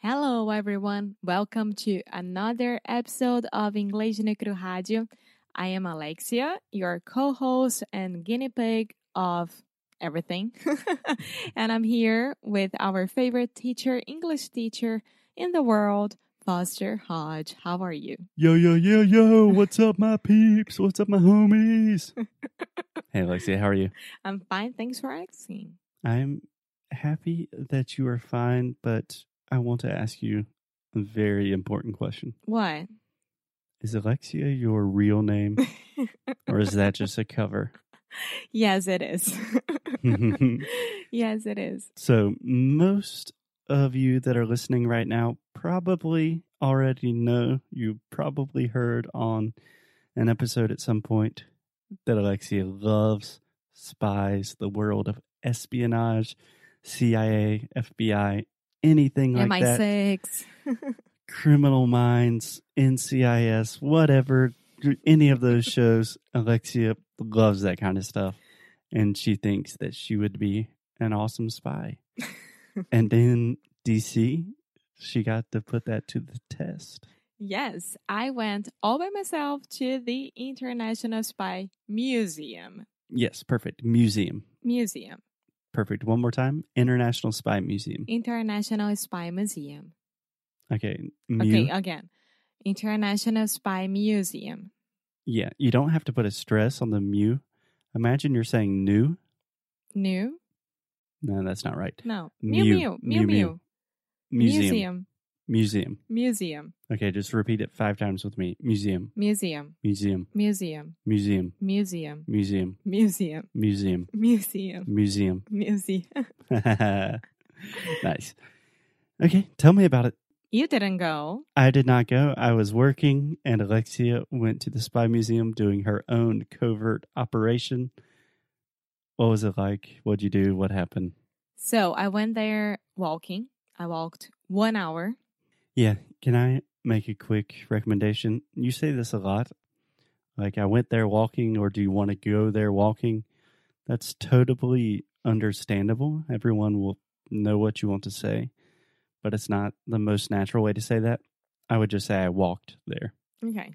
Hello, everyone. Welcome to another episode of Inglês de Necro Radio. I am Alexia, your co host and guinea pig of everything. and I'm here with our favorite teacher, English teacher in the world, Foster Hodge. How are you? Yo, yo, yo, yo, what's up, my peeps? What's up, my homies? hey, Alexia, how are you? I'm fine. Thanks for asking. I'm happy that you are fine, but I want to ask you a very important question. What? Is Alexia your real name, or is that just a cover? yes, it is. yes, it is. so, most of you that are listening right now probably already know, you probably heard on an episode at some point that Alexia loves spies, the world of espionage, CIA, FBI, anything like that. MI6. Criminal Minds, NCIS, whatever, any of those shows, Alexia loves that kind of stuff. And she thinks that she would be an awesome spy. and then DC, she got to put that to the test. Yes, I went all by myself to the International Spy Museum. Yes, perfect. Museum. Museum. Perfect. One more time. International Spy Museum. International Spy Museum. Okay. mu- Okay, uh, again. International Spy Museum. Yeah. You don't have to put a stress on the mu. Imagine you're saying new. New? No, that's not right. No. Mew Mew. Mew. Mew, Mew Mew. Museum. Museum. Museum. Museum. Okay, just repeat it five times with me. Museum, Museum. museum, Museum. museum, Museum. museum, Museum. museum, Museum. museum. Museum. nice. Okay, tell me about it. You didn't go. I did not go. I was working, and Alexia went to the spy museum doing her own covert operation. What was it like? What'd you do? What happened? So I went there walking. I walked one hour. Yeah, can I make a quick recommendation? You say this a lot. Like, I went there walking, or do you want to go there walking? That's totally understandable. Everyone will know what you want to say, but it's not the most natural way to say that. I would just say I walked there. Okay.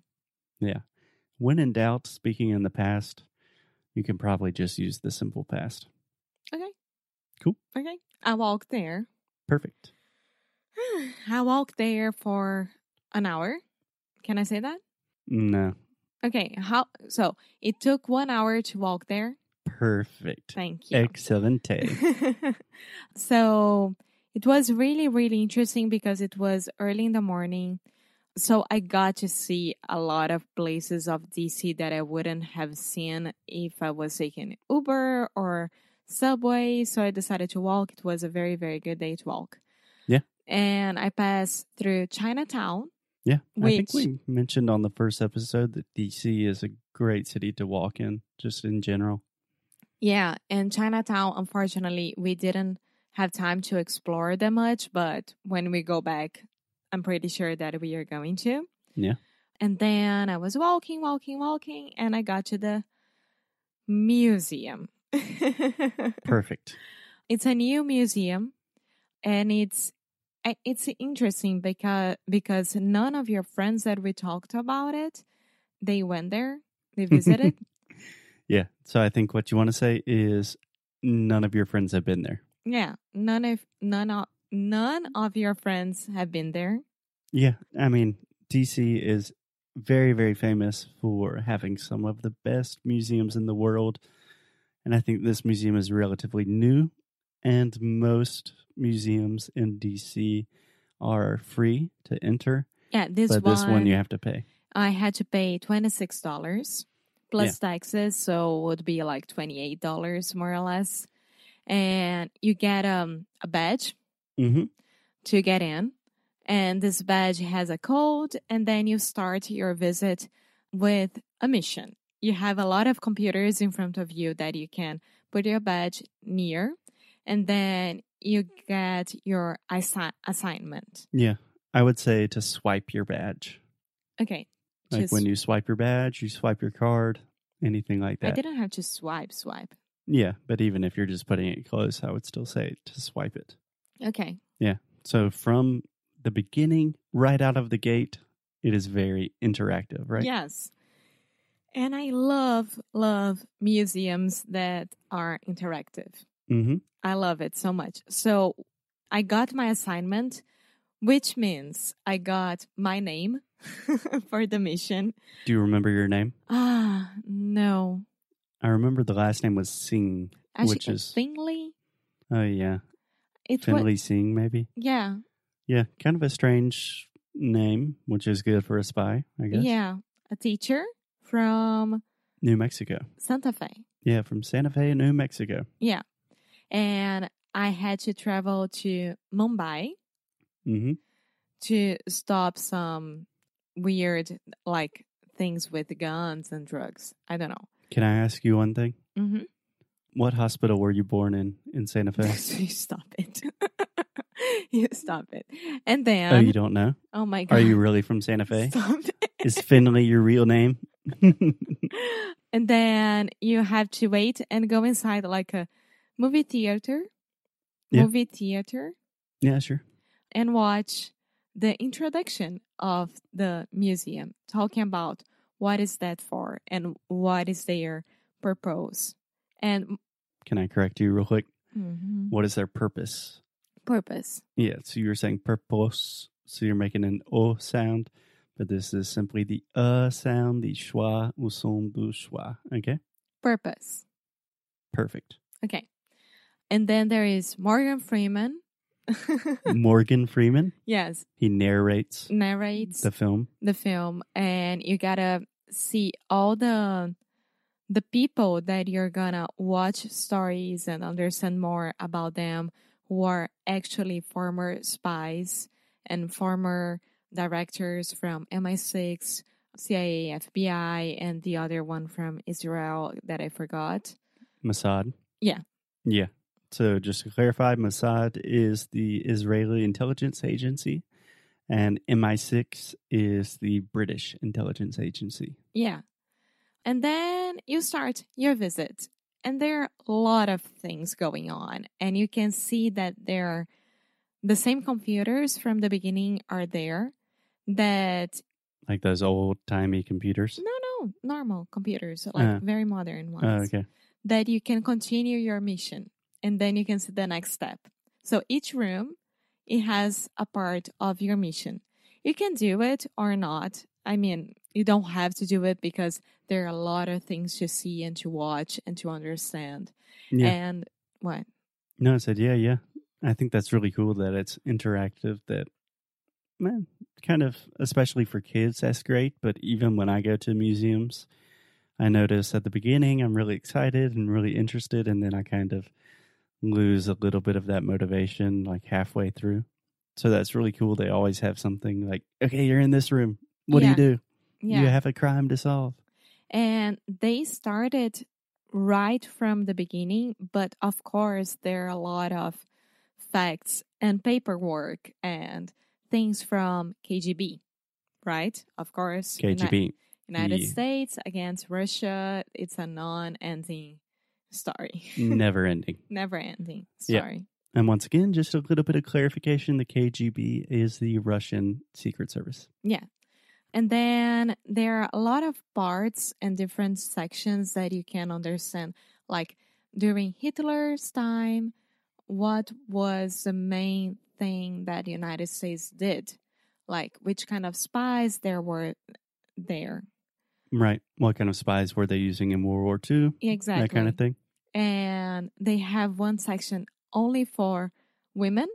When in doubt, speaking in the past, you can probably just use the simple past. Okay. I walked there. Perfect. I walked there for an hour. Can I say that? No, Okay. How so it took one hour to walk there. perfect. Thank you. Excelente. so it was really, really interesting because it was early in the morning. So I got to see a lot of places of DC that I wouldn't have seen if I was taking Uber or subway. So I decided to walk. It was a very, very good day to walk. Yeah. And I passed through Chinatown. Yeah, I think Which- we mentioned on the first episode that DC is a great city to walk in, just in general. Yeah, and Chinatown, unfortunately, we didn't have time to explore that much, but when we go back, I'm pretty sure that we are going to. Yeah. And then I was walking, walking, walking, and I got to the museum. Perfect. it's a new museum, and it's I- it's interesting because because none of your friends that we talked about it, they went there, they visited. yeah. So I think what you want to say is none of your friends have been there. Yeah, none of none of none of your friends have been there. Yeah. I mean, DC is very, very famous for having some of the best museums in the world. And I think this museum is relatively new, and most museums in DC are free to enter, Yeah, this but one, this one you have to pay. I had to pay twenty six dollars plus taxes, so it would be like twenty eight dollars more or less. And you get um a badge Mm-hmm. to get in, and this badge has a code, and then you start your visit with a mission. You have a lot of computers in front of you that you can put your badge near, and then you get your assi- assignment. Yeah. I would say to swipe your badge. Okay. Like Just- when you swipe your badge, you swipe your card, anything like I that. didn't have to swipe, swipe. Yeah. But even if you're just putting it close, I would still say to swipe it. Okay. So from the beginning, right out of the gate, it is very interactive, right? Yes. And I love, love museums that are interactive. Mm-hmm. I love it so much. So I got my assignment, which means I got my name for the mission. Do you remember your name? Ah, no. I remember the last name was Singh. Actually, Which is- Finley? Oh, yeah. It was. Finley Singh, maybe? Yeah. Yeah, kind of a strange name, which is good for a spy, I guess. Yeah. A teacher from New Mexico. Santa Fe. Yeah, from Santa Fe, New Mexico. And I had to travel to Mumbai hmm to stop some weird, like, things with guns and drugs. I don't know. Can I ask you one thing? Mm-hmm. What hospital were you born in in Santa Fe? you stop it. you stop it. And then, oh, oh, you don't know? my god, Are you really from Santa Fe? Stop it. Is Finley your real name? and then you have to wait and go inside like a movie theater, Yeah. movie theater, yeah, sure. and watch the introduction of the museum, talking about what is that for and what is their purpose and Can I correct you real quick? mhm, What is their purpose? purpose. Yeah, so you were saying purpose, so you're making an o sound, but this is simply the uh sound, the schwa, ou son du schwa. Okay, Purpose. perfect. Okay. And then there is Morgan Freeman. Morgan Freeman, yes, he narrates narrates the the, film. film and you got to see all the the people that you're going to watch stories and understand more about them who are actually former spies and former directors from MI6, CIA, FBI and the other one from Israel that I forgot. Mossad. Yeah. Yeah. So just to clarify, Mossad is the Israeli intelligence agency, and MI6 is the British intelligence agency. Yeah. And then you start your visit. And there are a lot of things going on. And you can see that there are the same computers from the beginning are there. That Like those old timey computers. no no normal computers, like Uh. very modern ones. Oh, okay. That you can continue your mission and then you can see the next step. So each room it has a part of your mission. You can do it or not. I mean, you don't have to do it because there are a lot of things to see and to watch and to understand. Yeah. And what? No, I said, yeah, yeah. I think that's really cool that it's interactive. That man, kind of, especially for kids, that's great. But even when I go to museums, I notice at the beginning I'm really excited and really interested, and then I kind of lose a little bit of that motivation like halfway through. So that's really cool. They always have something like, okay, you're in this room. What Yeah. do you do? Yeah. You have a crime to solve. And they started right from the beginning, but of course, there are a lot of facts and paperwork and things from KGB, right? Of course, Uni- KGB. United Yeah. States against Russia. It's a non ending story, Never ending. never ending Yeah. story. And once again, just a little bit of clarification the KGB is the Russian Secret Service. And then there are a lot of parts and different sections that you can understand. Like during Hitler's time, what was the main thing that the United States did? Like which kind of spies there were there. Right. What kind of spies were they using in World War II? Exactly. That kind of thing. And they have one section only for women.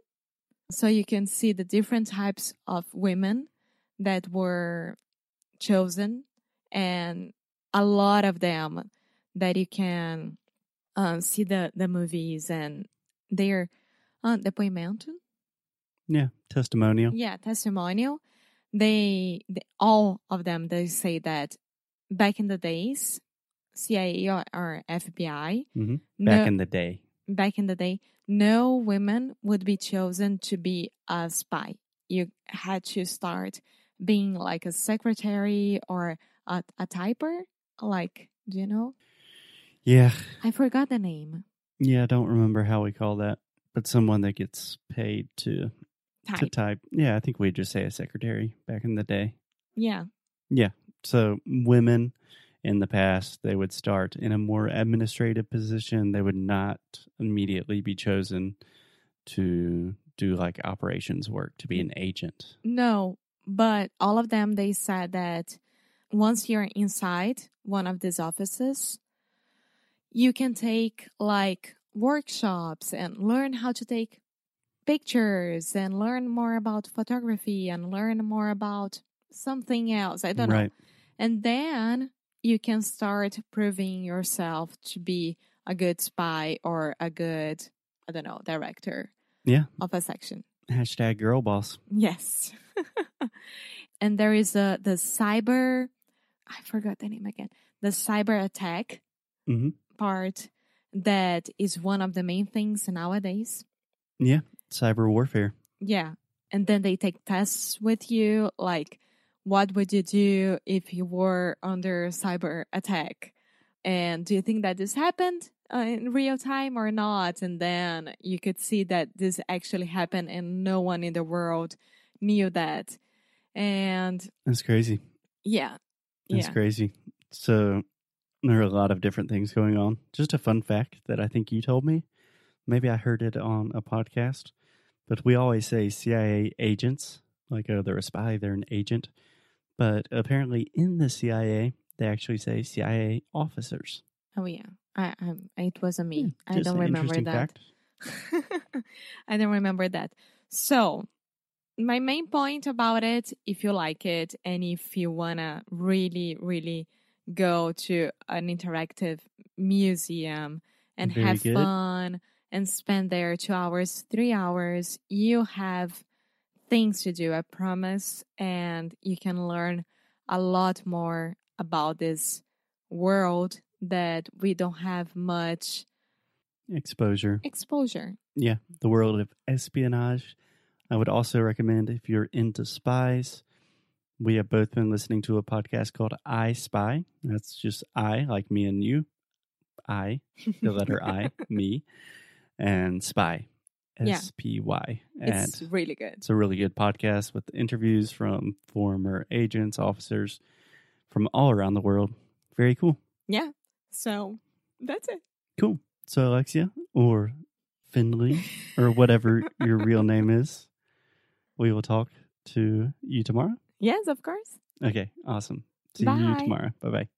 So you can see the different types of women that were chosen and a lot of them that you can uh, see the, the movies and their uh, depoimento. Yeah. Testimonial. Yeah, testimonial. They, they all of them they say that back in the days, CIA or, or FBI, Mhm. no- Back in the day. back in the day, no women would be chosen to be a spy. You had to start being like a secretary or a, a typer. Like, do you know? Yeah. I forgot the name. Yeah. I don't remember how we call that, but someone that gets paid to to Type. type. Yeah, I think we'd just say a secretary back in the day. Yeah. So women in the past, they would start in a more administrative position. They would not immediately be chosen to do like operations work, to be an agent. No, but all of them they said that once you're inside one of these offices, you can take like workshops and learn how to take pictures and learn more about photography and learn more about something else. I don't know. Right. And then you can start proving yourself to be a good spy or a good, I don't know, director Yeah. of a section. Hashtag girl boss. Yes. and there is uh, the cyber, I forgot the name again, the cyber attack Mhm. part that is one of the main things nowadays. Cyber warfare. Yeah. And then they take tests with you, like, what would you do if you were under cyber attack? And do you think that this happened uh, in real time or not? And then you could see that this actually happened and no one in the world knew that. And That's crazy. yeah. That's yeah. crazy. So there are a lot of different things going on. Just a fun fact that I think you told me. Maybe I heard it on a podcast, but we always say CIA agents, like oh, they're a spy, they're an agent. But apparently, in the CIA, they actually say CIA officers. Oh, yeah. I, um, it wasn't Yeah, me. I Hmm. just don't an remember interesting that. fact. I don't remember that. So, my main point about it, if you like it and if you want to really, really go to an interactive museum and Very have good. fun and spend there two hours, three hours, you have things to do, I promise. And you can learn a lot more about this world that we don't have much Exposure. exposure. yeah, the world of espionage. I would also recommend if you're into spies. We have both been listening to a podcast called I Spy. That's just I, like me and you. I, the letter I, me, and spy, Yeah. S P Y. And It's really good. it's a really good podcast with interviews from former agents, officers from all around the world. Very cool. Yeah. So that's it. Cool. So, Alexia or Finley or whatever your real name is, we will talk to you tomorrow. Yes, of course. Okay, awesome. See Bye. you tomorrow. Bye bye.